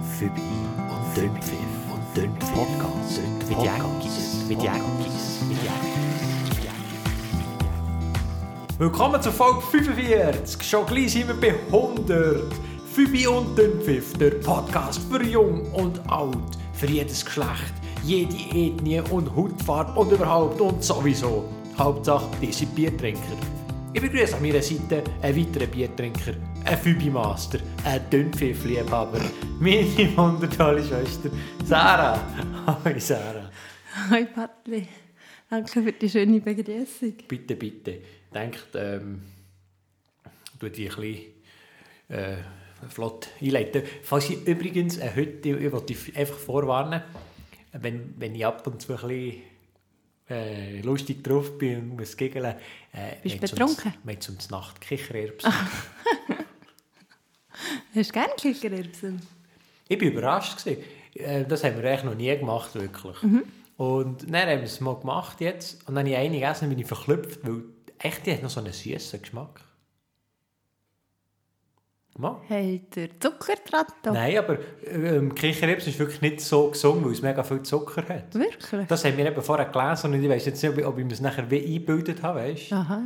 Voorbij en Dunpfiff en Dunpfiff. Podcast. Met Jackies. Mit Jackies. Mit Willkommen zu Folge 45. Schon gleich sind wir bei 100. Fibi und Dünnpfiff, der Podcast für jung und alt, für jedes Geschlecht, jede Ethnie und Hautfarbe und überhaupt und sowieso. Hauptsache, die sind Biertrinker. Ich begrüße an meiner Seite einen weiteren Biertrinker, einen Fibi-Master, einen Dünnpfiff-Liebhaber, meine wundervolle Schwester, Sarah. Hi Sarah. Hi Patli, danke für die schöne Begrüßung. bitte, bitte, denkt, ähm, tut die ein bisschen äh, flott einleiten. Falls ihr übrigens äh, heute, ich wollte dich einfach vorwarnen, wenn, wenn ich ab und zu ein bisschen äh, lustig drauf bin und muss giggeln. Äh, Bist wir haben betrunken? zum- Wir haben zum Nacht Kichererbsen. Hast du gerne Kichererbsen? Ich war überrascht. Gewesen. Äh, Das haben wir eigentlich noch nie gemacht, wirklich. Mhm. Und dann haben wir es mal gemacht jetzt. Und dann habe ich eine gegessen und bin ich verklüpft, weil echt, die hat noch so einen süßen Geschmack. Mal. Habt ihr Zucker dran? da? Nein, aber ähm, Kichererbs ist wirklich nicht so gesund, weil es mega viel Zucker hat. Mhm. Wirklich? Das haben wir eben vorher gelesen und ich weiß jetzt nicht, ob ich- ob ich mir es nachher wie eingebildet habe, weißt du? Aha.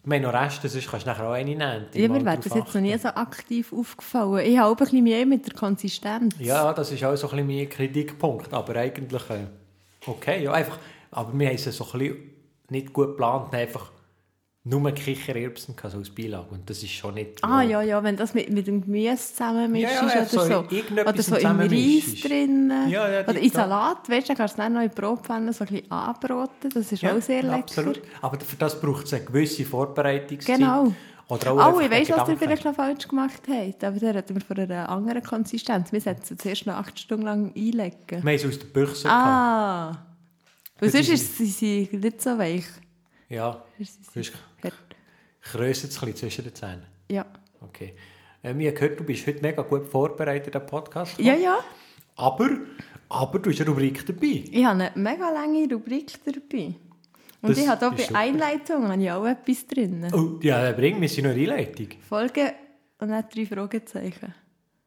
Ich meine, noch Reste, sonst kannst du nachher auch eine nehmen. Ja, Mal mir wäre drauf das jetzt noch achten. nie so aktiv aufgefallen. Ich habe auch ein bisschen mehr mit der Konsistenz. Ja, das ist auch so ein bisschen mein Kritikpunkt, aber eigentlich äh, okay, ja, einfach, aber wir haben es so ein bisschen nicht gut geplant, haben einfach nur Kichererbsen gehabt, so als Beilage und das ist schon nicht... Ah ja, ja, wenn das mit, mit dem Gemüse zusammen Ja, ja, mischst ja, oder so so. irgendetwas Oder so im zusammenmischst. Reis drin. Ja, ja, die- oder in da- Salat, weißt du, dann kannst du dann noch in die Brotpfanne so ein bisschen anbraten. Das ist auch sehr lecker. Absolut, aber für das braucht es eine gewisse Vorbereitungszeit. Genau. Oder auch Oh, einfach ich weiss, den was ihr Gedanken. vielleicht noch falsch gemacht habt. Aber da reden wir von einer anderen Konsistenz. Wir sollten sie zuerst noch acht Stunden lang einlegen. Wir haben es aus der Büchse gehabt. Ah! Weil Das sonst ist- ist sie, sie nicht so weich. Ja, Sonst ist sie- sonst kröst es ein bisschen zwischen den Zähnen. Ja. Okay. Ähm, ich habe gehört, du bist heute mega gut vorbereitet, den Podcast. ja, ja. Aber, aber du hast eine Rubrik dabei. Ich habe eine mega lange Rubrik dabei. Und Das ich habe auch ist bei super. Einleitungen habe ich auch etwas drin. Oh, ja, bring mir sie noch in die Leitung. Folge und dann drei Fragezeichen.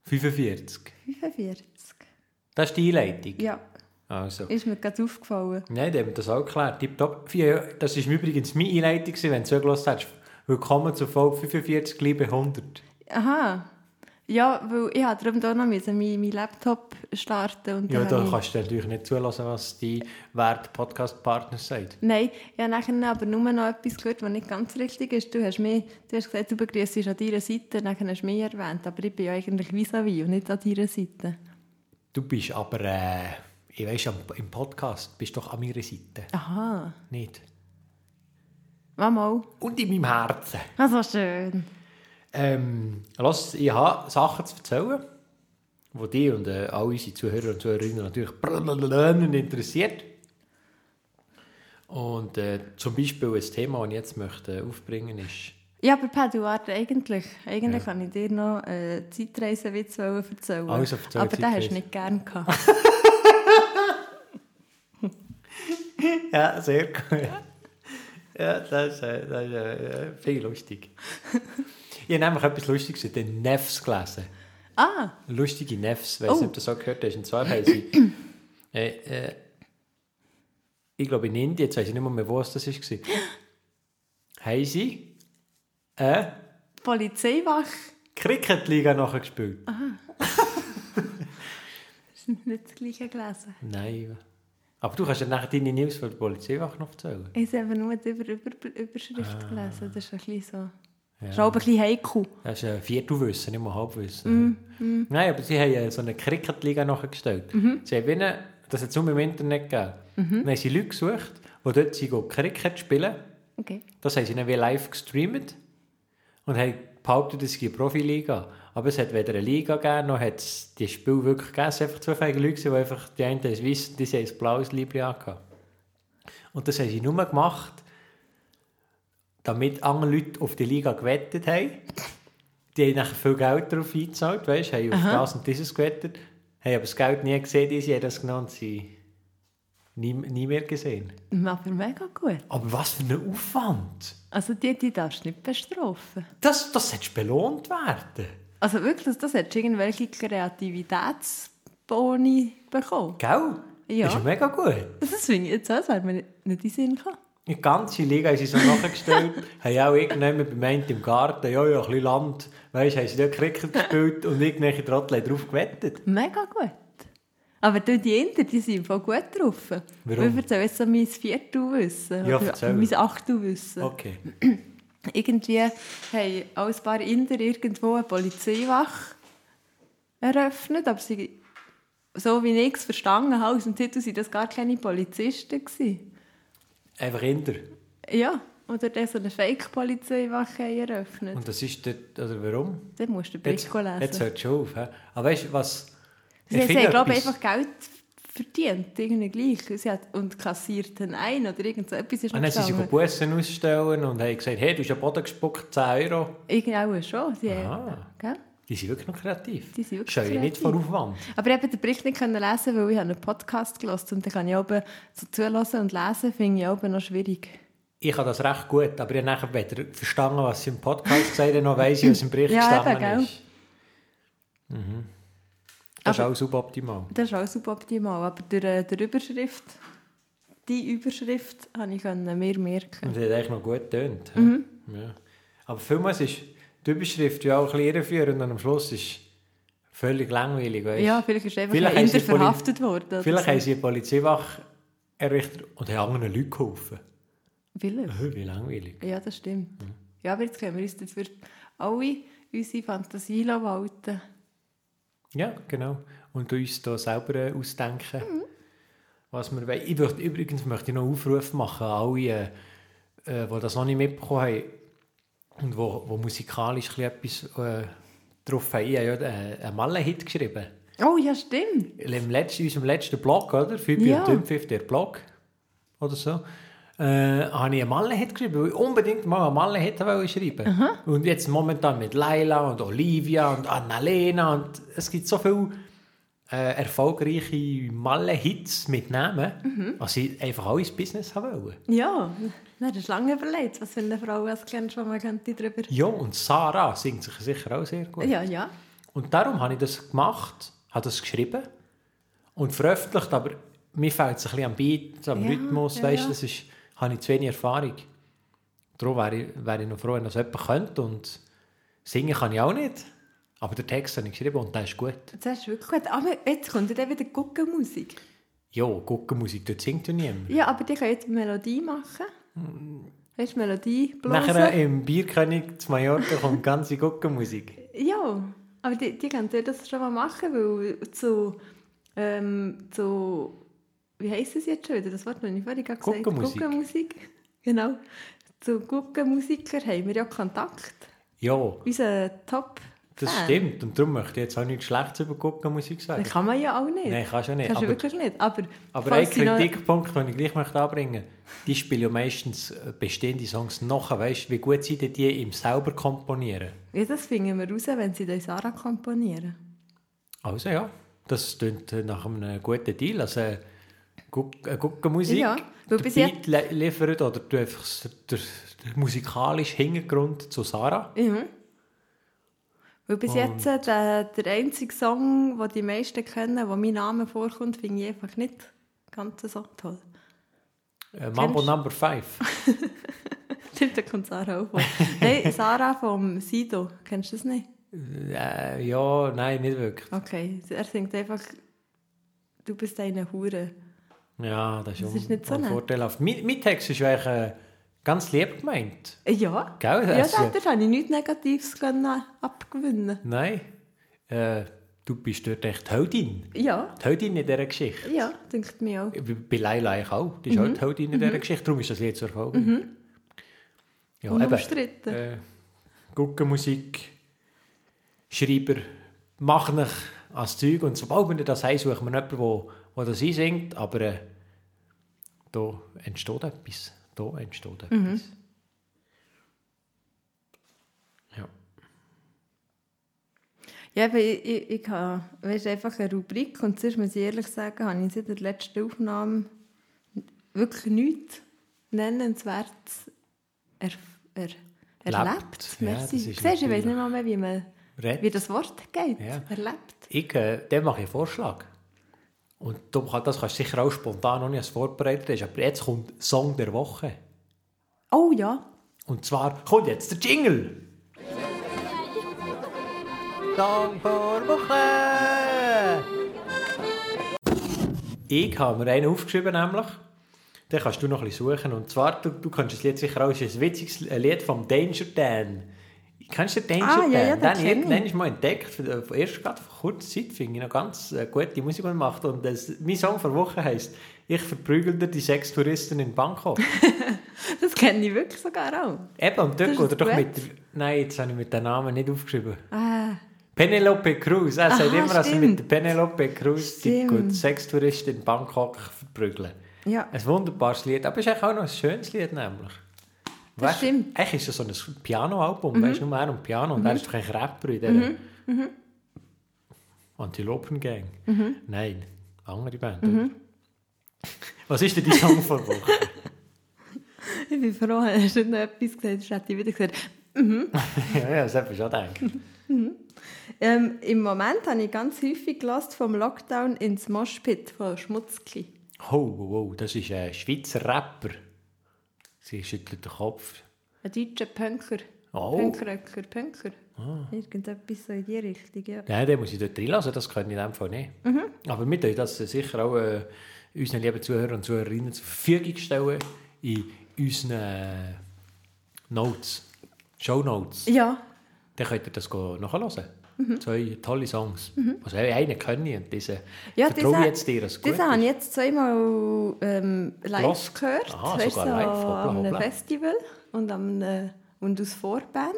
45. 45. Das ist die Einleitung. Ja, Also. ist mir gerade aufgefallen. Nein, dann haben wir das auch geklärt. Tipptopp. Ja, Das war übrigens meine Einleitung, gewesen, wenn du zugelassen hast. Willkommen zur Folge 45, liebe 100. Aha. Ja, weil ich habe darum da noch meinen mein Laptop starten und Ja, dann da habe ich- kannst du natürlich nicht zulassen, was die werte Podcast-Partner sagt. Nein, ich habe nachher aber nur noch etwas gehört, was nicht ganz richtig ist. Du hast, mich, du hast gesagt, du begrüßt an deiner Seite, nachher hast du mich erwähnt, aber ich bin ja eigentlich vis-à-vis und nicht an deiner Seite. Du bist aber, äh, ich weiss, am- im Podcast bist du doch an meiner Seite. Aha, Nicht? Mama. Und in meinem Herzen. Also schön. Ähm, lass, ich habe Sachen zu erzählen, die dich und äh, all unsere Zuhörer und Zuhörerinnen natürlich brennend interessiert. Und äh, zum Beispiel ein Thema, das ich jetzt möchte aufbringen ist... Ja, aber Pat, du warte, eigentlich, eigentlich kann ich dir noch einen äh, Zeitreisewitz wollen erzählen. Also, erzähl aber den hast Zeitreise. du nicht gern gehabt. Ja, sehr gut. Ja, das ist, äh, das ist äh, viel lustig. ich habe nämlich etwas Lustiges in den Nefs gelesen. ah, Lustige Nefs, weiß Oh. nicht, ob du das auch gehört hast. Und zwar haben sie. Äh, äh, ich glaube in Indien, jetzt weiß ich nicht mehr, wo es das war. Ah. haben sie äh, eine die Polizeiwache. Cricket-Liga nachher gespielt? Ah. Das ist nicht das gleiche gelesen. Nein. Aber du kannst ja nachher deine News von der Polizeiwache noch erzählen. Ich habe eben nur die Über Über Überschrift gelesen. Das ist ein bisschen so. Ah. Ja. Ist auch ein bisschen heikel. Das ist ein Viertelwissen, nicht mal Halbwissen. Nein, aber sie haben ja so eine Cricket-Liga nachgestellt. Sie haben wie eine, das hat es nur im Internet gegeben. Dann haben sie Leute gesucht, die dort sie gehen Cricket spielen. Okay. Das haben sie dann wie live gestreamt und haben behauptet, es gibt Profiliga. Aber es hat weder eine Liga gegeben, noch hat es die Spiel wirklich gegeben. Es waren einfach zwei fähige Leute, die einfach, die einen haben ein weißes, die haben ein blaues Libri angehabt. Und das haben sie nur gemacht, damit andere Leute auf die Liga gewettet haben. Die haben nachher viel Geld darauf eingezahlt, weißt, haben auf das und dieses gewettet, haben aber das Geld nie gesehen, die sie haben das genannt, sie nie, nie mehr gesehen. Aber mega gut. Aber was für ein Aufwand! Also die, die darfst du nicht bestrafen. Das, das hättest du belohnt werden. Also wirklich, das hat irgendwelche Kreativitätspunkte Boni bekommen. Gell? Ja. Ist ja mega gut. Das finde ich jetzt auch, das wäre mir nicht in den Sinn gekommen. Die ganze Liga haben sie so nachgestellt. haben auch irgendjemand bemeint im Garten, ja, ja, ein bisschen Land. Weißt du, haben sie dort Cricket gespielt und irgendwelche Trottel haben drauf gewettet. Mega gut. Aber du, die Inder, die sind voll gut drauf. Warum? Ich erzähle jetzt so mein Viertel wissen. Ja, oder erzähl. mein Achtel wissen. Okay. Irgendwie haben auch ein paar Inder irgendwo eine Polizeiwache eröffnet, aber sie, so wie ich es verstanden habe, aus dem Titel waren das gar keine Polizisten. Gewesen. Einfach Inder. Ja, oder die so eine Fake-Polizeiwache haben eröffnet. Und das ist dort, oder warum? Dann musst du den Jetzt, Bericht lesen. jetzt hört es schon auf. He? Aber weißt du, was. Sie finde haben, glaube ich, etwas- einfach Geld verdient, irgendwie gleich. Sie hat, und kassierten ein oder irgend so etwas ist Und dann sind Ah, sie gegangen. Bussen ausstellen und haben gesagt, hey, du hast am Boden gespuckt, 10 Euro. Irgendwie auch schon. Sie Aha. gell? Die sind wirklich noch kreativ. Die sind wirklich Scheu ich nicht kreativ. vor Aufwand. Aber ich habe den Bericht nicht können lesen, weil ich habe einen Podcast gelesen und dann kann ich oben so zuhören und lesen, finde ich oben noch schwierig. Ich habe das recht gut, aber ich habe nachher weder verstanden, was sie im Podcast gesagt haben, noch weiss ich, was im Bericht Ja, eben, gestanden gell? ist. Mhm. Das ist Aber- auch suboptimal. Das ist auch suboptimal, aber durch, äh, durch Überschrift, die Überschrift, habe ich können mehr merken. Und das hat eigentlich noch gut getönt. hä? Mhm. Ja. Aber vielmals ist die Überschrift ja auch ein bisschen irreführend und am Schluss ist völlig langweilig. Weißt? Ja, vielleicht ist einfach Vielleicht ein haben sie Inder Poli- verhaftet worden. oder Vielleicht so. haben sie eine Polizeiwache errichtet und haben anderen Leuten geholfen. Vielleicht. Hä, Wie langweilig. Ja, das stimmt. Mhm. Ja, aber jetzt können wir uns dafür alle unsere Fantasie walten. Ja, genau. Und uns da selber äh, ausdenken, was wir wollen. Ich möchte, übrigens möchte ich noch einen Aufruf machen an alle, äh, äh, die das noch nicht mitbekommen haben und wo, wo musikalisch ein bisschen etwas äh, drauf haben. Ich habe ja äh, einen Malle-Hit geschrieben. Oh ja, stimmt. im letzten, in unserem letzten Blog, oder? Fibi Ja. und Dümpfiff, der Blog oder so, äh, habe ich einen Malle-Hit geschrieben, weil ich unbedingt mal einen Malle-Hit wollte schreiben Und jetzt momentan mit Laila und Olivia und Annalena und es gibt so viele äh, erfolgreiche Malle-Hits mit Namen, Mhm. was ich einfach auch ins Business haben wollte. Ja, na, das ist lange überlegt, was für eine Frau als kennst, die man könnte drüber... Ja, und Sarah singt sich sicher auch sehr gut. Ja, ja. Und darum habe ich das gemacht, habe das geschrieben und veröffentlicht, aber mir fehlt es ein bisschen am Beat, am Ja, Rhythmus, ja, weißt, ja. das ist, habe ich zu wenig Erfahrung. Darum wäre ich, wäre ich noch froh, wenn das jemand könnte und singen kann ich auch nicht. Aber den Text habe ich geschrieben und der ist gut. Das ist wirklich gut. Aber jetzt kommt ja dann wieder Guckenmusik. Ja, Guckenmusik, dort singt ja niemand. Ja, aber die können jetzt Melodie machen. Weißt du, Melodie, Blasen. Hm. Nachher äh, im Bierkönig zu Mallorca kommt ganze Guckenmusik. Ja, aber die, die können das schon mal machen, weil zu... Ähm, zu wie heisst es jetzt schon wieder? Das Wort, das ich vorhin gerade gesagt habe. Guckenmusik. Guckenmusik. Genau. Zu Guckenmusikern haben wir ja Kontakt. Ja, Unser top das stimmt. Und darum möchte ich jetzt auch nichts Schlechtes über Guckenmusik sagen. Das kann man ja auch nicht. Nein, kannst du nicht. Kannst du Aber- wirklich nicht. Aber, Aber ein falls sie noch- Kritikpunkt, den ich gleich möchte anbringen möchte, die spielen ja meistens äh, bestehende Songs nachher. Weißt du, wie gut sie denn die im selber komponieren? Ja, das finden wir raus, wenn sie dann Sarah komponieren. Also ja, das klingt äh, nach einem guten Deal. Also äh, Guck- äh, Guckenmusik, Ja, weil den bis Beat li- liefert oder du einfach s- der, der musikalische Hintergrund zu Sarah. Mhm. Weil bis jetzt äh, der, der einzige Song, den die meisten kennen, wo mein Name vorkommt, finde ich einfach nicht ganz so toll. Äh, Mambo Kennst- Number 5. Stimmt, da kommt Sarah auch vor. Nein, Sarah vom Sido. Kennst du das nicht? äh, ja, nein, nicht wirklich. Okay, er singt einfach «Du bist eine Hure». Ja, das ist, Das un- ist nicht so nett. unvorteilhaft. Mein, mein Text ist eigentlich äh, ganz lieb gemeint. Äh, Ja, Gell, ja also- da, da habe ich nichts Negatives können abgewinnen. Nein. Äh, du bist dort echt die Heldin. Ja, Die Heldin in dieser Geschichte. ja, denkt mir auch. Bei- Bei Leila eigentlich auch. Die ist auch die Heldin in dieser Geschichte. Darum ist das Lied so erfolgreich. Ja, Unumstritten. Äh, Guckenmusik, Schreiber, mach nicht als Zeug. Und sobald wir nicht das haben, suchen wir jemanden, der, der das einsingt. Aber äh, da entsteht etwas. Da entsteht etwas. Ja. Ja, aber ich, ich, ich habe weißt, einfach eine Rubrik und sonst muss ich ehrlich sagen, habe ich seit der letzten Aufnahme wirklich nichts nennenswertes erf er erlebt. Ja, das Merci. ist Siehst, du, ich weiß natürlich- nicht mal mehr, wie, man, Red. wie das Wort geht. Ja. Erlebt. eh, Ich, äh, dann mache ich einen Vorschlag. Und du kann- das kannst du sicher auch spontan, ohne dass du es vorbereitet hast. Aber jetzt kommt Song der Woche. Oh ja. Und zwar kommt jetzt der Jingle. Song der Woche. Ich habe mir einen aufgeschrieben, nämlich. Den kannst du noch ein bisschen suchen. Und zwar, du, du kannst das Lied sicher auch, es ist ein witziges Lied vom Danger Dan. Kennst du den Danger Ah, Dan? ja, ja, den den kenn ich. irgendwann ist mal entdeckt. äh, Erst gerade vor kurzer Zeit finde ich noch ganz äh, gute Musik, die er macht. Und das, mein Song der Woche heisst «Ich verprügelte die sechs Touristen in Bangkok». Das kenne ich wirklich sogar auch. Eben, und Das dort ist oder doch gut. mit der, Nein, jetzt habe ich mit den Namen nicht aufgeschrieben. Ah, Penelope Cruz. Er sagt Aha, immer, dass er stimmt. mit der Penelope Cruz die Stimmt. gute Sextouristin in Bangkok verprügeln. ja. Ein wunderbares Lied, aber es ist eigentlich auch noch ein schönes Lied, nämlich. Das Weißt du, stimmt. Mhm. Eigentlich ist es so ein Piano-Album, weißt du, nur er und Piano und er ist doch ein Rapper in dieser Antilopen-Gang. Mhm. Nein, andere Band, oder? Was ist denn die Song von Woche? Ich bin froh, hast du nicht noch etwas gesagt, sonst hätte ich wieder gesagt. ja, ja, das hätte ich schon gedacht. Ähm, Im Moment habe ich ganz häufig gelassen vom Lockdown ins Moschpit von Schmutzki. Oh, wow, das ist ein Schweizer Rapper. Sie schüttelt den Kopf. Ein deutscher Punker. Oh. Ah. Punkröcker, Punker. Irgendetwas so in die Richtung, ja. Nein, den muss ich dort reinlassen, das kann ich in dem Fall nicht. Mhm. Aber wir können das sicher auch äh, unseren lieben Zuhörern und Zuhörerinnen zur Verfügung stellen in unseren äh, Notes, Show Notes. Ja, Mhm. Dann könnt ihr das go- nachhören. Zwei tolle Songs. Also einen kenne ich und diesen ja vertraue diese- ich jetzt dir, dass es gut diese habe ich ist. jetzt zweimal ähm, live Gehört? gehört. Aha, Weißt Ah, sogar du, live, hoppla, An einem hoppla. Festival und, an einem, und aus Vorband.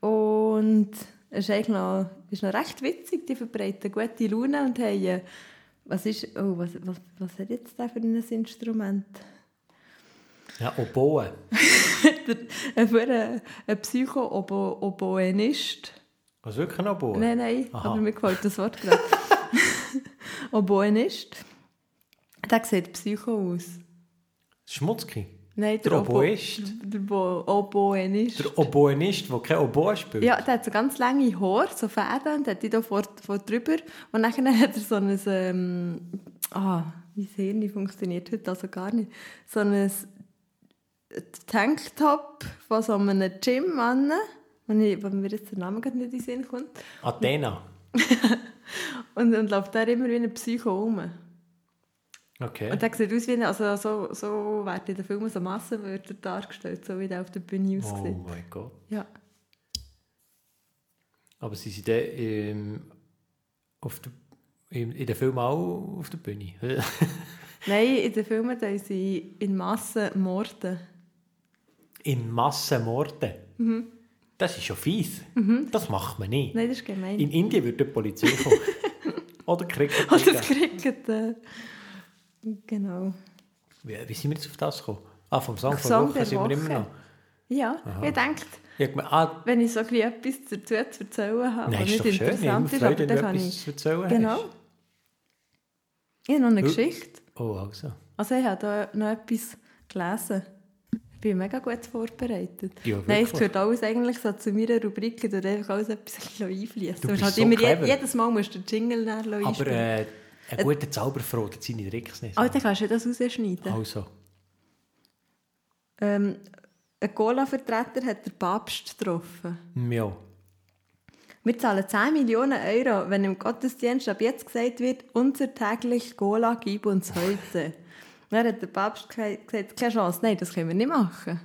Und es ist eigentlich noch, ist noch recht witzig. Die verbreiten gute Laune und haben... äh, Was ist... Oh, was, was, was hat jetzt der für ein Instrument? Ja, Oboe. Der- Für einen, einen Psycho-Oboenist... Was wirklich ein Oboe? Nein, nein, Aha. aber mir gefällt das Wort gerade. Oboenist. Der sieht psycho aus. Schmutzki. Nein, Der Obo- Oboist. Der Bo Oboenist. Der Oboenist, der kein Oboe spielt. ja, der hat so ganz lange Haare, so Fäden, und hat die da vor, vor drüber. Und dann hat er so ein... Ähm, ah, mein Hirn funktioniert heute also gar nicht. So ein Tanktop von so einem Gym-Mann, wo ich- wo mir jetzt der Name gerade nicht in den Sinn kommt. Athena. Und, und läuft da immer wie ein Psycho rum. Okay. Und der sieht aus wie ein, also so, so wird in den Filmen so Massenwörter dargestellt, so wie der auf der Bühne Oh aussieht. mein Gott. Ja. Aber sie sind dann ähm, auf der, im, in den Filmen auch auf der Bühne. Nein, in den Filmen da sie in Massen morden. in Massenmorden. Das ist schon fies. Das macht man nicht. Mhm. Nein, das ist gemein. In Indien würde die Polizei kommen. Oder kriegt Oder das Cricket. Äh. Genau. wie, wie sind wir jetzt auf das gekommen? Ah, vom Song von Song Woche der sind wir immer Woche. noch. Ja, ich denke, Ich hab mir- ah, wenn ich so ein bisschen etwas dazu zu erzählen habe, nein, was ist nicht doch schön. Ich habe interessant ist, Freude, aber wenn dann du kann etwas ich... zu erzählen Genau. hast. Ich habe noch eine Hu- Geschichte. Oh, also. Also ich habe da noch etwas gelesen. Ich bin mega gut vorbereitet. Ja, Nein, es wirklich. gehört alles eigentlich so zu meiner Rubrik, da einfach alles etwas ein bisschen einfließen. Du Und bist halt so immer clever. je, jedes Mal musst du den Jingle nachher Aber einspielen. äh, ein guter Zauber fragt seine Tricks nicht. Aber dann kannst du das rausschneiden. Also. Ähm, ein Cola-Vertreter hat der Papst getroffen. Ja. Wir zahlen 10 Millionen Euro, wenn im Gottesdienst ab jetzt gesagt wird, unser täglich Cola gib uns heute. dann hat der Papst ge- gesagt, keine Chance, nein, das können wir nicht machen.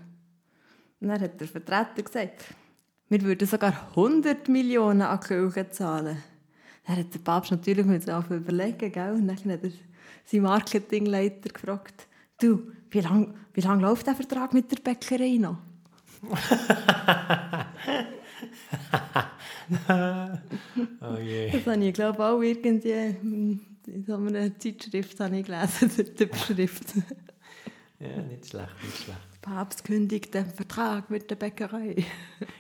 Und dann hat der Vertreter gesagt, wir würden sogar 100 Millionen an die Kirche zahlen. Dann hat der Papst natürlich mit auf überlegen, gell? Und dann hat er seinen Marketingleiter gefragt, du, wie lange wie lang läuft der Vertrag mit der Bäckerei noch? Oh je. Das habe ich, glaube ich, auch irgendwie ähm, in so einer Zeitschrift habe ich gelesen, der Tippschrift. Ja, nicht schlecht, nicht schlecht. Papst kündigt den Vertrag mit der Bäckerei.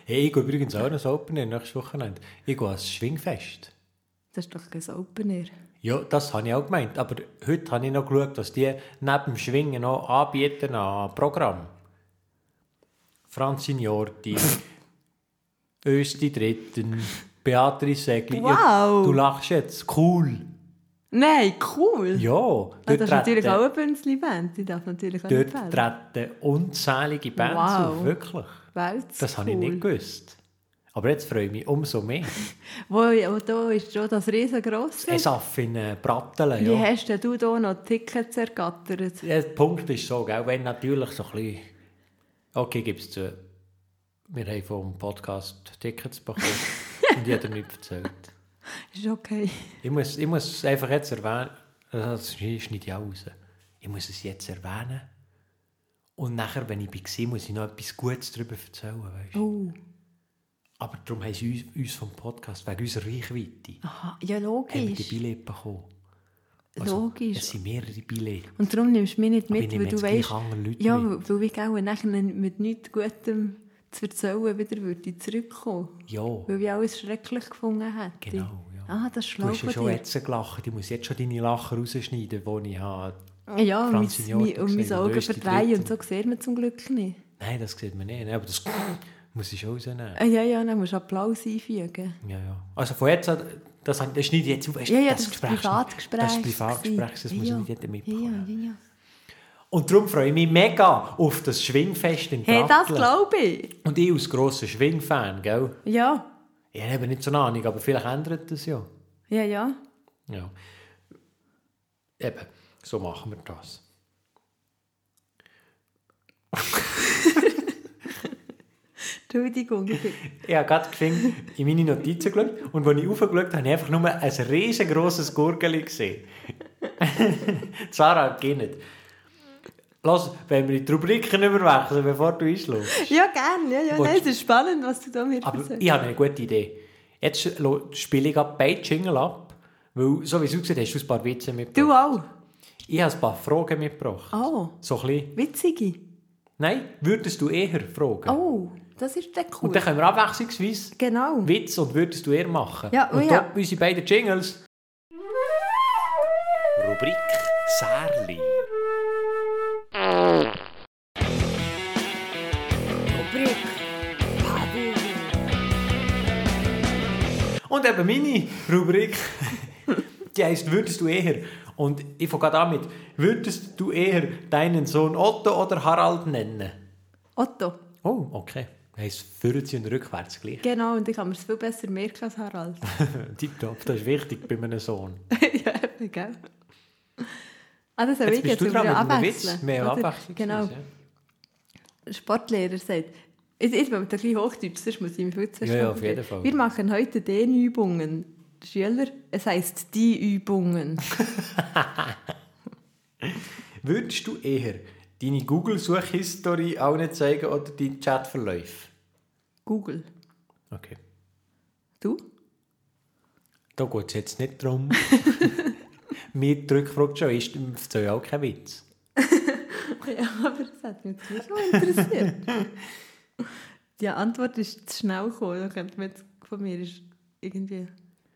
Hey, ich gehe übrigens auch noch ein Open Air nächstes Wochenende. Ich gehe ans Schwingfest. Das ist doch kein Open Air. Ja, das habe ich auch gemeint. Aber heute habe ich noch geschaut, was die neben dem Schwingen noch anbieten an Programm. Franz Signorti, Östi Dritten, Beatrice Segli. Wow! du lachst jetzt. Cool. Nein, cool. Ja, dort Ah, das ist natürlich treten- auch eine Bünzli-Band. Die darf natürlich auch Dort nicht fehlen. treten unzählige Bands Wow. auf, wirklich. Welt's Das habe ich cool. nicht gewusst. Aber jetzt freue ich mich umso mehr. Wo, wo da ist schon das riesengroße. Es auf in äh, Bratteln, Wie ja. hast denn du da noch Tickets ergattert? ja. Der Punkt ist so, gell, wenn natürlich so ein bisschen... Okay, gib's zu. Wir haben vom Podcast Tickets bekommen und jeder nicht erzählt. Ist okay. Ich muss, ich muss einfach jetzt erwähnen, das schneide ich auch raus. Ich muss es jetzt erwähnen. Und nachher, wenn ich war, muss ich noch etwas Gutes darüber erzählen. Weißt? du. Oh. Aber darum haben sie uns, uns vom Podcast, wegen unserer Reichweite, Aha, ja, haben wir die Ah, logisch. Billette bekommen. Also, Logisch. Es sind mehrere Billette. Und darum nimmst du mich nicht Aber mit, ich weil nehme du jetzt weißt. gleich andere Leute Ja, mit. weil weil ich auch nachher mit nichts Gutem zu erzählen wieder würde zurückkommen. Ja, Weil ich alles schrecklich gefunden hätte. genau. Ja. Ah, das ist du schlau hast ja von schon dir. jetzt gelacht. Ich muss jetzt schon deine Lacher rausschneiden, die ich halt- habe. Ja, und mein, Franzin Jordan mein, und gesehen, meine Augen löst die verdrehen und Dritte. so sieht man zum Glück nicht. Nein, das sieht man nicht. Aber das muss ich schon rausnehmen. Ah, ja, ja, dann musst du Applaus einfügen. Ja, ja. Also von jetzt an, das, das schneide ich jetzt auf. Weißt du, Ja, ja, das, das, Gespräch ist Privatgespräch. Das ist Privatgespräch, das gewesen. muss ja. ich nicht Ja, mitbekommen. ja, ja. Und darum freue ich mich mega auf das Schwingfest in Hey, das Brattelen. glaube ich. Und ich als grosser Schwingfan, gell? Ja, Ich habe nicht so eine Ahnung, aber vielleicht ändert das ja. ja, ja. Ja. Eben, so machen wir das. Entschuldigung. ich bin- Ich habe gerade gefunden, in meine Notizen geschaut und als ich raufgeschaut habe, habe ich einfach nur ein riesengroßes Gurgeli gesehen. Sarah, geh nicht. Los, wenn wir die Rubriken überwechseln, bevor du einschläfst. Ja, gerne. Ja, ja. Nein, es ist spannend, was du da mir Aber erzählst. ich habe eine gute Idee. Jetzt lo- spiele ich gerade beide Jingle ab, weil, so wie es aussieht, hast du ein paar Witze Du mitgebracht. auch. Ich habe ein paar Fragen mitgebracht. Oh. So ein bisschen. Witzige. Nein, würdest du eher fragen? Oh, das ist der cool. Und dann können wir abwechslungsweise genau. Witz und würdest du eher machen. Ja, oh und ja. top unsere beiden Jingles. Rubrik Särli. Und eben meine Rubrik, die heisst «Würdest du eher?» Und ich fange gerade an mit «Würdest du eher deinen Sohn Otto oder Harald nennen?» Otto. Oh, okay. Heisst «Führen sie und rückwärts gleich». Genau, und ich kann mir es viel besser merken als Harald. Tipptopp, das ist wichtig bei einem Sohn. ja, eben, gell? Ah, das habe Jetzt ich bist jetzt du dran mit wieder einem abwechseln. Witz. Mehr oder? abwechseln. Genau. Sportlehrer sagt. Jetzt, jetzt machen wir ein bisschen Hochdeutsch, sonst muss ich mich viel zu Ja, ja, auf jeden Fall. Wir machen heute Dehnübungen. Schüler, es heisst die Übungen. Würdest du eher deine Google-Suchhistorie auch nicht zeigen oder deinen Chatverlauf? Google. Okay. Du? Da geht es jetzt nicht darum. Mir drückt schon, ist das auch kein Witz. Ja, aber das hat mich jetzt nicht so interessiert. Die Antwort ist zu schnell gekommen. Da könnte man jetzt, von mir ist irgendwie,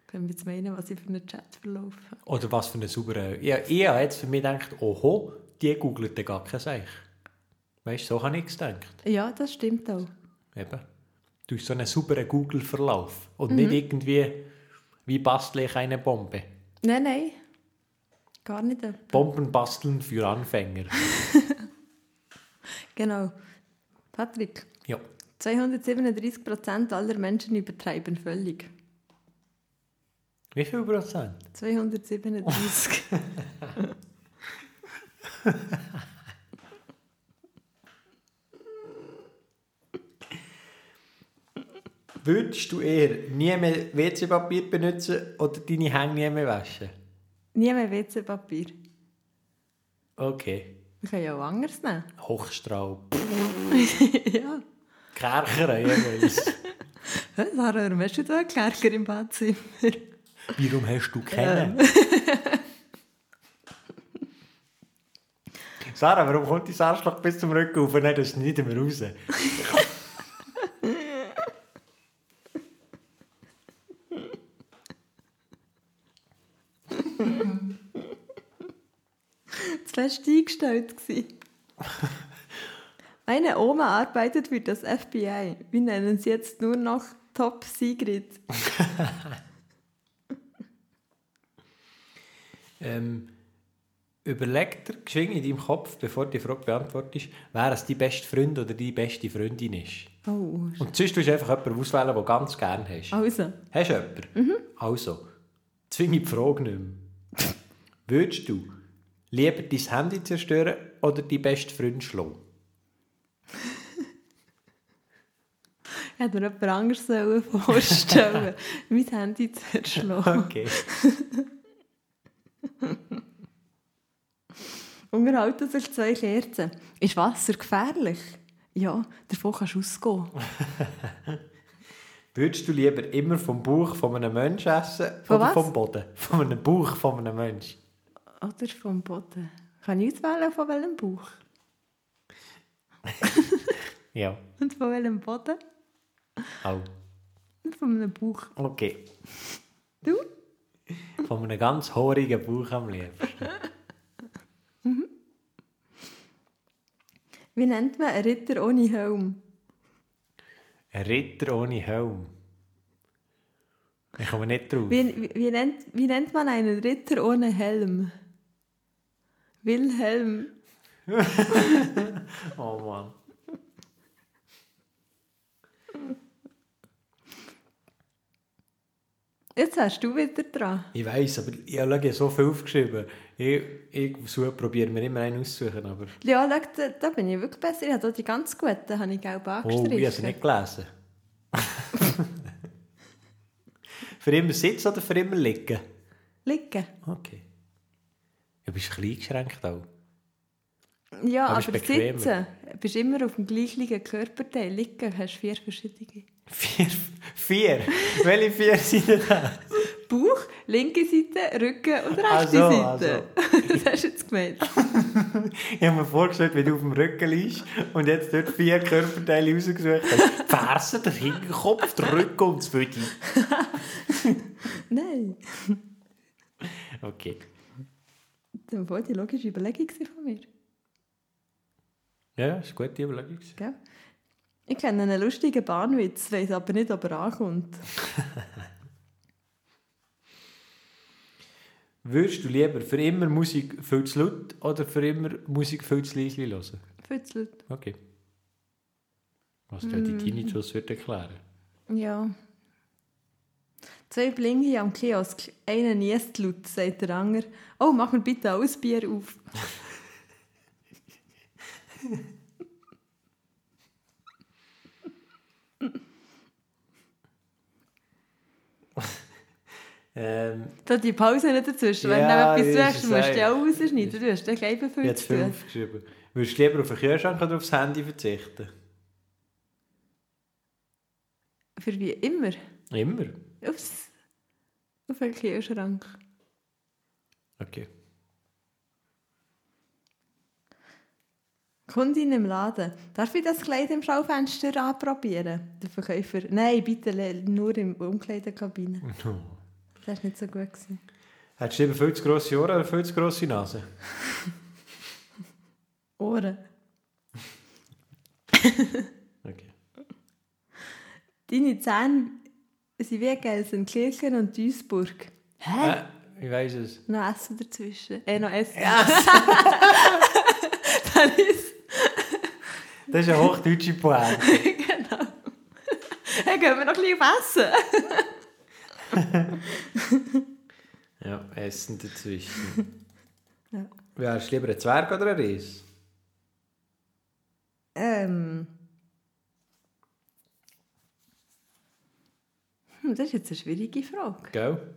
können wir jetzt meinen, was ich für einen Chat verlaufe. Oder was für eine saubere... Ja, ich habe jetzt für mich gedacht, oho, die googelt ja gar kein Seich. Weißt du, so habe ich gedacht. Ja, das stimmt auch. Eben. Du hast so einen sauberen Google-Verlauf und Mhm. nicht irgendwie, wie bastle ich eine Bombe. Nein, nein. Gar nicht. Bomben basteln für Anfänger. Genau. Patrick, ja. 237% aller Menschen übertreiben völlig. Wie viel Prozent? 237. Würdest du eher nie mehr WC-Papier benutzen oder deine Hände nie mehr waschen? Nie mehr WC-Papier. Okay. Wir können ja auch anders nehmen. Hochstrahl. ja. Kercher jeweils. Hä, Sarah, warum hast du da einen Kärger im Badzimmer? Warum hast du keinen? Sarah, warum kommt dein Arschloch bis zum Rücken auf? Nein, das schneiden wir raus. zu fest eingestellt. gewesen. Meine Oma arbeitet für das FBI. Wir nennen sie jetzt nur noch Top Sigrid. Ähm, überleg dir geschwind in deinem Kopf, bevor die Frage beantwortet ist, wer es dein beste Freund oder die beste Freundin ist. Oh, Und sonst tust du einfach jemanden auswählen, den du ganz gerne hast. also. Mhm. Hast du jemanden? Also, zwinge ich die Frage nicht mehr. Würdest du lieber dein Handy zerstören oder deinen besten Freund schlagen? Hätte mir jemand anderes sollen vorstellen mein Handy zerschlagen. Okay. Unterhalten sich zwei Kerzen. Ist Wasser gefährlich? Ja, davon kannst du ausgehen. Würdest du lieber immer vom Bauch von einem Menschen essen Von oder was? vom Boden? Von einem Bauch von einem Menschen. Oder vom Boden. Kann ich auswählen, von welchem Bauch? Ja, Und von welchem Boden? auch. Und von einem Bauch. Okay. Du? Von einem ganz horigen Bauch am liebsten. Wie nennt man einen Ritter ohne Helm? Ein Ritter ohne Helm. Ich komme nicht drauf. Wie, wie, wie, nennt, wie nennt man einen Ritter ohne Helm? Wilhelm. Oh Mann. Jetzt hast du wieder dran. Ich weiß, aber ich habe ja so viel aufgeschrieben. Ich, ich suche, probiere mir immer einen auszusuchen, aber... Ja, schau, da, da bin ich wirklich besser. Ich habe da die ganz guten habe ich gelb Oh, angestrichen. ich habe sie nicht gelesen. für immer sitzen oder für immer liegen? Liegen. Okay. Du bist ein bisschen eingeschränkt auch. Ja, Aber aber, ist bequemer. sitzen. Du bist immer auf dem gleichen Körperteil. Liegen hast vier verschiedene. Vier. Vier. Welche vier sind denn das? Bauch, linke Seite, Rücken und rechte Ach so, ach Seite. also. das hast du jetzt gemeint. Ich habe mir vorgestellt, wie du auf dem Rücken liegst und jetzt dort vier Körperteile rausgesucht hast. Die Fersen, der Hinterkopf, der Rücken und das Fötti. Nein. Okay. Das war die logische Überlegung von mir. Ja, das war eine gute Überlegung. Gell? Ich kenne einen lustigen Bahnwitz, weiß aber nicht, ob er ankommt. Würdest du lieber für immer Musik viel zu laut oder für immer Musik viel zu leise hören? Fützelt. Okay. Was der die Tinnitus wird erklären. Ja. Zwei Blinge am Kiosk. Einer niest laut, sagt der andere. Oh, mach mir bitte alles Bier auf. Ähm, Da die Pause nicht dazwischen. Wenn Ja, du noch das etwas ist tust, musst du ja es auch rausschneiden. Du hast dann gleich ich habe befüllt. fünf geschrieben. Würdest du lieber auf den Kühlschrank oder aufs Handy verzichten? Für wie immer. Immer. Ups. Auf den Kühlschrank. Okay. Kundin im Laden. Darf ich das Kleid im Schaufenster anprobieren? Der Verkäufer. Nein, bitte le- nur in der Umkleidekabine. Hm. Das war nicht so gut. Gewesen. Hättest du lieber viel zu grosse Ohren oder viel zu grosse Nase? Ohren. Okay. Deine Zähne sind wie Gelsenkirchen und Duisburg. Hä? Äh, ich weiß es. Noch Essen dazwischen. Eh, noch Essen. das ist... Das ist eine hochdeutsche Pointe. genau. Dann gehen wir noch ein bisschen auf Essen. ja, Essen dazwischen. Ja. Wärst du lieber ein Zwerg oder ein Ries? Ähm. Hm, Das ist jetzt eine schwierige Frage. Gell?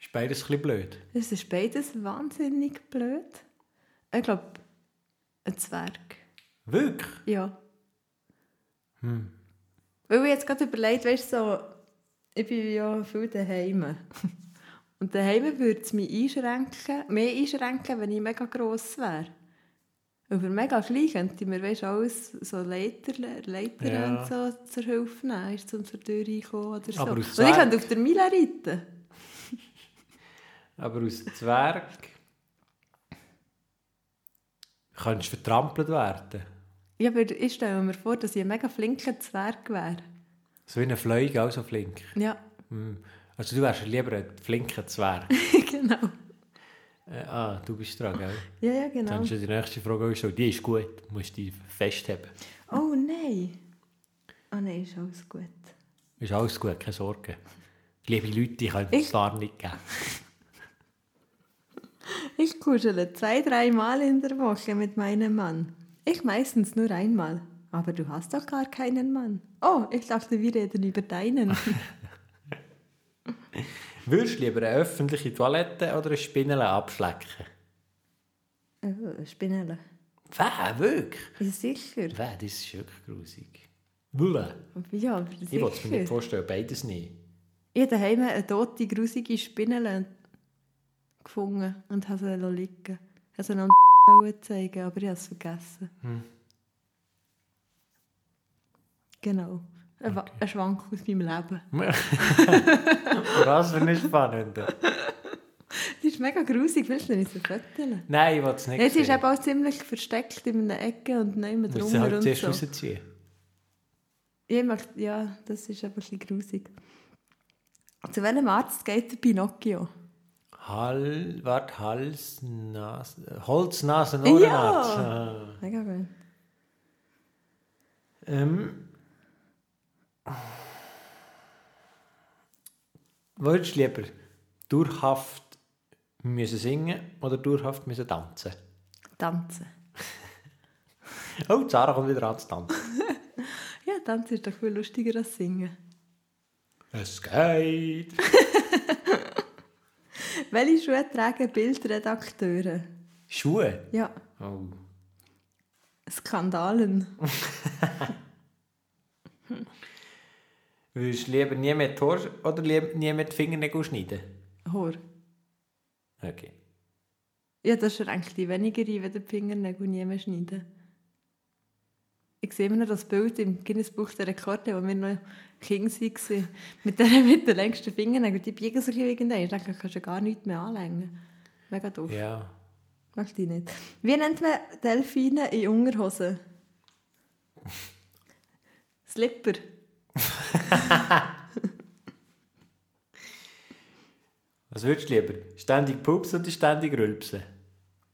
Ist beides ein bisschen blöd. Das ist beides wahnsinnig blöd. Ich glaube, ein Zwerg. Wirklich? Ja. Hm. Weil ich jetzt gerade überlegt, weißt du, so, ich bin ja viel daheim. Und daheim würde es mich einschränken, mehr einschränken, wenn ich mega gross wäre. Und für mega klein könnte ich mir weißt, alles so Leiter, Leiter Ja. und so zur Hilfe nehmen, weißt, um zur Tür reinkommen oder so. Aber Und aus ich Zwerg- könnte auf der Mila reiten. Aber aus Zwerg kannst du vertrampelt werden. Ja, aber ich stelle mir vor, dass ich ein mega flinker Zwerg wäre. So wie eine Fliege, auch so flink. Ja, Mm. Also du wärst lieber ein flinker Zwerg. genau. Äh, ah, du bist dran, gell? Ja, ja, genau. Dann ist ja die nächste Frage auch so, die ist gut, du musst die festhalten. Oh nein. Oh nein, ist alles gut. Ist alles gut, keine Sorge. Liebe Leute, ich kann Ich- es gar nicht geben. Ich kuschele zwei, dreimal in der Woche mit meinem Mann. Ich meistens nur einmal. Aber du hast doch gar keinen Mann. Oh, ich dachte, wir reden über deinen. Würdest du lieber eine öffentliche Toilette oder eine Spinne abschlecken? Äh, Spinelle. Wer? Wirklich? Ja, sicher. Wer? Das ist wirklich grusig. Wille. Ja, aber Ich wollte es mir nicht sicher. vorstellen, beides nicht. Ich habe daheim eine tote, grusige Spinelle gefunden und habe sie liegen lassen. Ich wollte sie noch wollen zeigen, aber ich habe es vergessen. Hm. Genau. Ein, Wa- ein Schwank aus meinem Leben. Was für eine spannende. Die ist mega grusig, willst du nicht so fotografieren? Nein, ich wollte es nicht Nein, sie ist sehen. eben auch ziemlich versteckt in einer Ecke und nehmen Musst sie drunter halt und zuerst so. rausziehen. Ich möchte, ja, das ist einfach ein bisschen grusig. Zu welchem Arzt geht der Pinocchio? Hal, warte, Hals, Nase, Holz, Nase, Ja. Ohrenarzt. Mega gut. Ähm, würdest du lieber durchhaft müssen singen oder durchhaft müssen tanzen? Tanzen. Oh, Zara kommt wieder an zu tanzen. Ja, tanzen ist doch viel lustiger als singen. es geht. Welche Schuhe tragen Bildredakteure? Schuhe. Ja, Oh. Skandalen. Würdest du lieber nie mehr die Haare oder lieber nie mehr die Fingernägel schneiden? Hor. Okay. Ja, das schränkt die weniger ein, wenn der Fingernägel nie mehr schneiden. Ich sehe immer noch das Bild im Guinness Buch der Rekorde, wo wir noch Kinder waren. Mit den, mit den längsten Fingernägeln. Die biegen sich irgendwann. Ich denke, du kannst ja gar nichts mehr anlängen. Mega doof. Ja. Magst du die nicht. Wie nennt man Delfine in Unterhosen? Slipper. Was würdest du lieber? Ständig pupsen oder ständig rülpsen?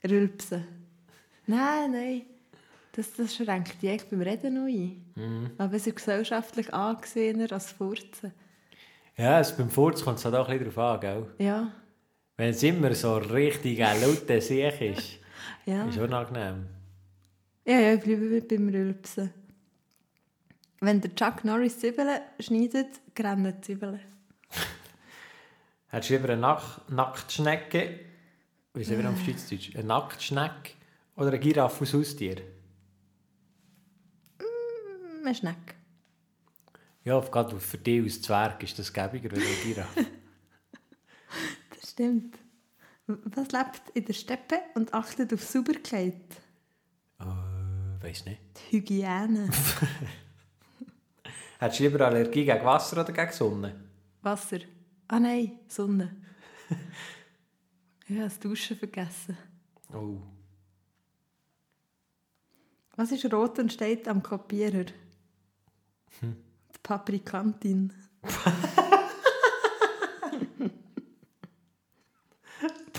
Rülpsen. Nein, nein. Das, das schränkt dich echt beim Reden noch ein. Aber es ist gesellschaftlich angesehener als Furzen. Ja, es, beim Furz kommt es halt auch ein bisschen drauf an, gell? Ja, Wenn es immer so richtig ein lauter Sieg ist, ja. ist unangenehm. Ja, ja, ich bleibe mit beim Rülpsen. Wenn der Chuck Norris Zwiebeln schneidet, rennen die Zwiebeln. Hättest du lieber eine Nack Nacktschnecke, wie sind wir am Schweizerdeutsch, eine Nacktschnecke oder eine Giraffe aus Haustier? Hm, Eine Schnecke. Ja, gerade für dich als Zwerg ist das gäbiger als eine Giraffe. Das stimmt. W- Was lebt in der Steppe und achtet auf Sauberkeit? äh, weiss nicht. Die Hygiene. Hättest du lieber Allergie gegen Wasser oder gegen Sonne? Wasser. Ah nein, Sonne. Ich habe das Duschen vergessen. Oh. Was ist rot und steht am Kopierer? Die Hm. Paprikantin.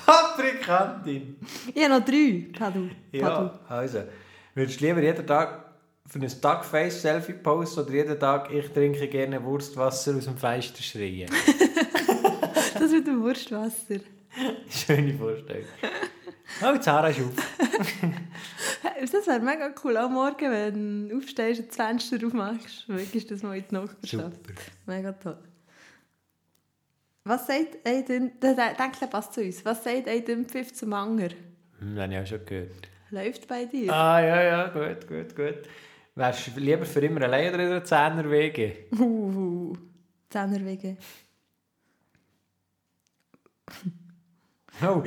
Paprikantin! Ich habe noch drei. Padu. Padu. Ja, also. Würdest du lieber jeden Tag für ein Duckface-Selfie posten oder jeden Tag «Ich trinke gerne Wurstwasser aus dem Fenster» schreien? Das mit dem Wurstwasser. Schöne Vorstellung. Oh, Zara ist auf. Das wäre mega cool, auch morgen, wenn du aufstehst und das Fenster aufmachst. Wirklich das mal in die Nachbarschaft. Super. Mega toll. Was sagt ein Dünnpfiff... Denke, passt zu uns. Was sagt ein Dünnpfiff zum Anger? Hm, das habe ich auch schon gehört. Läuft bei dir? Ah, ja, ja, gut, gut, gut. Wärst du lieber für immer allein oder in einer Zehnerwege? Uhuhu. Zehnerwege. Oh,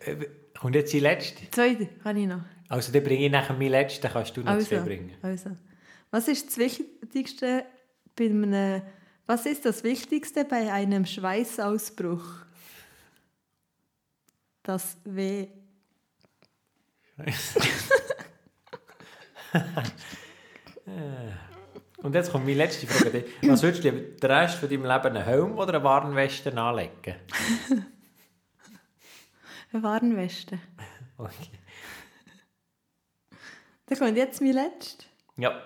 äh, kommt jetzt die letzte. Zweite habe ich noch. Also, dann bringe ich nachher meinen letzten, kannst du noch zwei Also, bringen. also. Was ist das Wichtigste bei einem... Was ist das Wichtigste bei einem Schweißausbruch? Das Weh. Und jetzt kommt meine letzte Frage. an dich. Was würdest du lieber den Rest von deinem Leben einen Helm oder eine Warnweste anlegen? Eine Warnweste. Okay. Dann kommt jetzt mein letzter. Ja.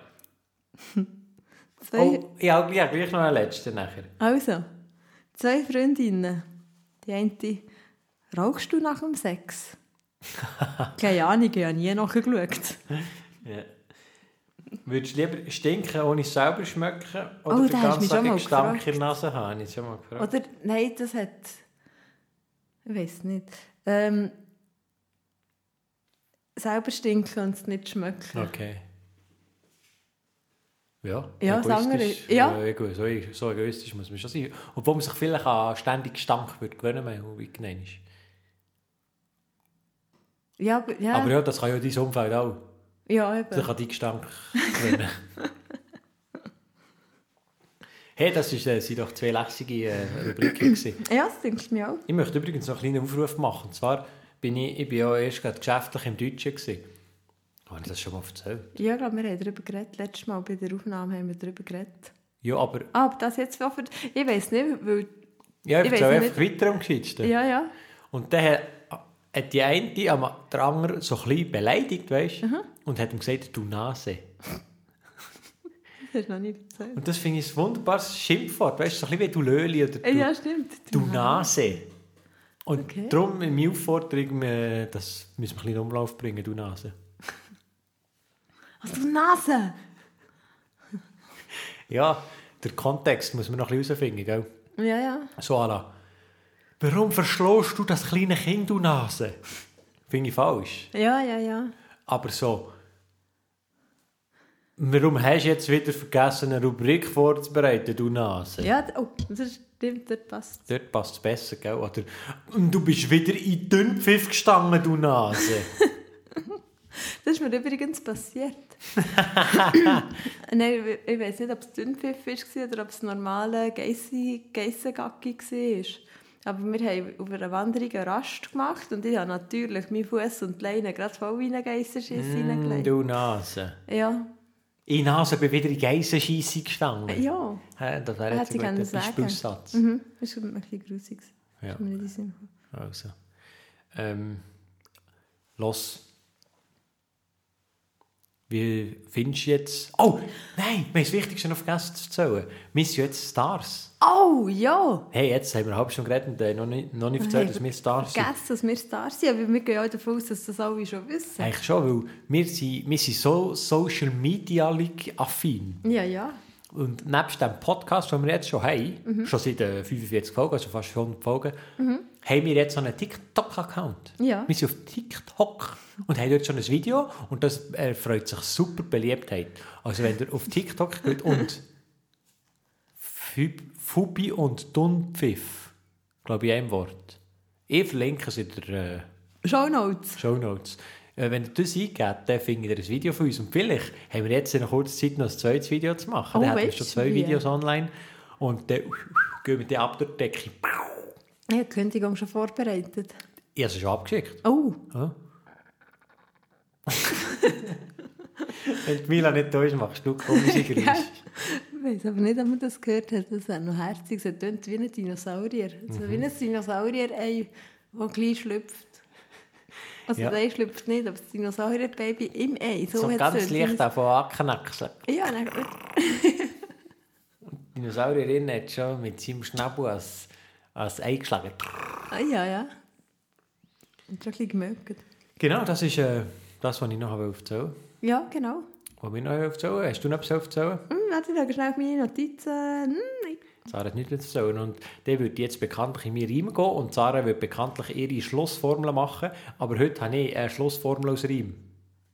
Zwei, Oh, ja, ja, gleich noch einen letzten nachher. Also, zwei Freundinnen. Die eine, rauchst du nach dem Sex? Keine Ahnung, ich habe nie nachgeschaut. Ja. Würdest du lieber stinken, ohne selber schmecken? Oh, Oder den da hast du mich ganzen Tag schon mal einen Gestank gefragt. in der Nase haben? Habe Ich schon mal gefragt. Oder, nein, das hat... Ich weiß nicht. Ähm, selber stinken und es nicht schmecken. Okay. Ja, Ja, das andere- egoistisch, ja. äh, ego- So, so egoistisch muss man schon sein. Obwohl man sich vielleicht an ständig Gestank wird gewöhnen, wenn man weggenommen ist. Ja, aber... Ja, Aber ja, das kann ja dein Umfeld auch. ja, Sich eben. an deinen Gestank gewöhnen. hey, das ist, äh, sind doch zwei lässige äh, Rubriken gewesen. Ja, das denke ich mir auch. Ich möchte übrigens noch einen kleinen Aufruf machen. Und zwar bin ich, ich bin ja erst gerade geschäftlich im Deutschen gewesen. Habe ich das schon mal erzählt? Ja, ich glaube, wir haben darüber geredet. Letztes Mal bei der Aufnahme haben wir darüber geredet. Ja, aber Ah, aber das jetzt... auch für- Ich weiß nicht, weil... ja, ich erzähle Ich weiss einfach weiter am geschicktesten. Ja, ja. Und dann hat- hat die eine am der andere so ein bisschen beleidigt, weißt Mhm. du? Und hat ihm gesagt, du Nase. Das hast du noch nicht erzählt. Und das finde ich ein wunderbares Schimpfwort, weißt du? So ein bisschen wie du Löli oder du, Ja, stimmt. du Nase. Und Okay. darum meine Aufforderung, äh, das müssen wir ein bisschen in Umlauf bringen, du Nase. Ach, du Nase! Ja, der Kontext muss man noch ein bisschen herausfinden, gell? Ja, ja. So, Ala. Warum verschlossst du das kleine Kind, du Nase? Finde ich falsch. Ja, ja, ja. Aber so. Warum hast du jetzt wieder vergessen, eine Rubrik vorzubereiten, du Nase? Ja, d- oh, das stimmt, das passt. Dort passt es besser, gell? Oder «Und du bist wieder in Dünnpfiff gestanden, du Nase. Das ist mir übrigens passiert. Nein, ich- ich weiß nicht, ob es Dünnpfiff war oder ob es normale Geissi- Geissengacki war. Aber wir haben auf einer Wanderung eine Rast gemacht und ich habe natürlich meinen Fuß und die Leine gerade voll in einen Geissenschiss Mm, hineingelegt. du Nase. Ja, Ich Nase bin wieder in Geissenscheisse gestanden. ja. Hä, Das wäre Hätte jetzt ich ein guter gerne sagen. Beispielsatz. Mhm. Das war ein bisschen grusig. Ja. Das ist mir nicht in den Sinn gekommen. Also. Ähm, los. Wie findest du jetzt... Oh, nein, wir haben das Wichtigste noch vergessen zu erzählen. Wir sind jetzt Stars. Oh, ja! Hey, jetzt haben wir eine halbe Stunde geredet und äh, noch nicht, noch nicht erzählt, Hey, dass wir Stars sind. Vergesst, dass wir Stars sind, aber wir gehen ja auch davon aus, dass das alle schon wissen. Eigentlich schon, weil wir sind, wir sind so social media affin. Ja, ja. Und nebst dem Podcast, den wir jetzt schon haben, schon seit äh, 45 Folgen, also fast 100 Folgen, haben wir jetzt so einen TikTok-Account. Ja. Wir sind auf TikTok und haben dort schon ein Video und das erfreut sich super Beliebtheit. Also wenn ihr auf TikTok geht und Fü- Fubi und Dunpfiff, glaube ich, in einem Wort. Ich verlinke es in der... Äh, Show Notes. Show Notes. Äh, Wenn ihr das eingebt, dann findet ihr ein Video von uns. Und vielleicht haben wir jetzt in einer kurzen Zeit noch ein zweites Video zu machen. Oh, dann haben wir weißt schon du zwei wie? Videos online. Und dann gehen wir die ab der Decke. Ich habe die Kündigung schon vorbereitet. Ich habe sie schon abgeschickt. Oh, Ja. Wenn die Mila nicht da ist, machst du komische Geräusche. ich weiß aber nicht, ob man das gehört hat. Das wäre noch herzig. Es tönt wie ein Dinosaurier. So wie Mhm. ein Dinosaurier-Ei, das gleich schlüpft. Also Ja. das Ei schlüpft nicht, aber das Dinosaurier-Baby im Ei. So, So hat's ganz tönt. leicht davon anknacksen. Ja, na gut. Die Dinosaurierin hat schon mit seinem Schnabel als, als Ei geschlagen. Ah, ja, ja. Und schon ein bisschen gemerkt. Genau, das ist äh, das, was ich noch erzählen wollte. Ja, genau. Was wir noch erzählen Hast du noch etwas erzählen? Hm, warte, ich schaue schnell auf meine Notizen. Hm, nein. Sarah hat nichts mehr zu erzählen. Und der würde jetzt bekanntlich in mir Reim gehen und Sarah würde bekanntlich ihre Schlussformel machen. Aber heute habe ich eine Schlussformel aus Reim.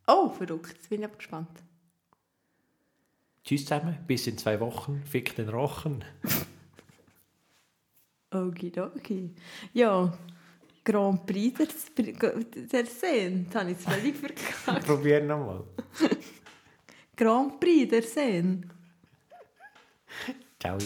Oh, verrückt. Jetzt bin ich aber gespannt. Tschüss zusammen, bis in zwei Wochen. Fick den Rochen. Okidoki. Ja, Grand Prix der, der Seen. Das habe ich jetzt völlig verkackt. Probier nochmal. Grand Prix der Seen. Ciao.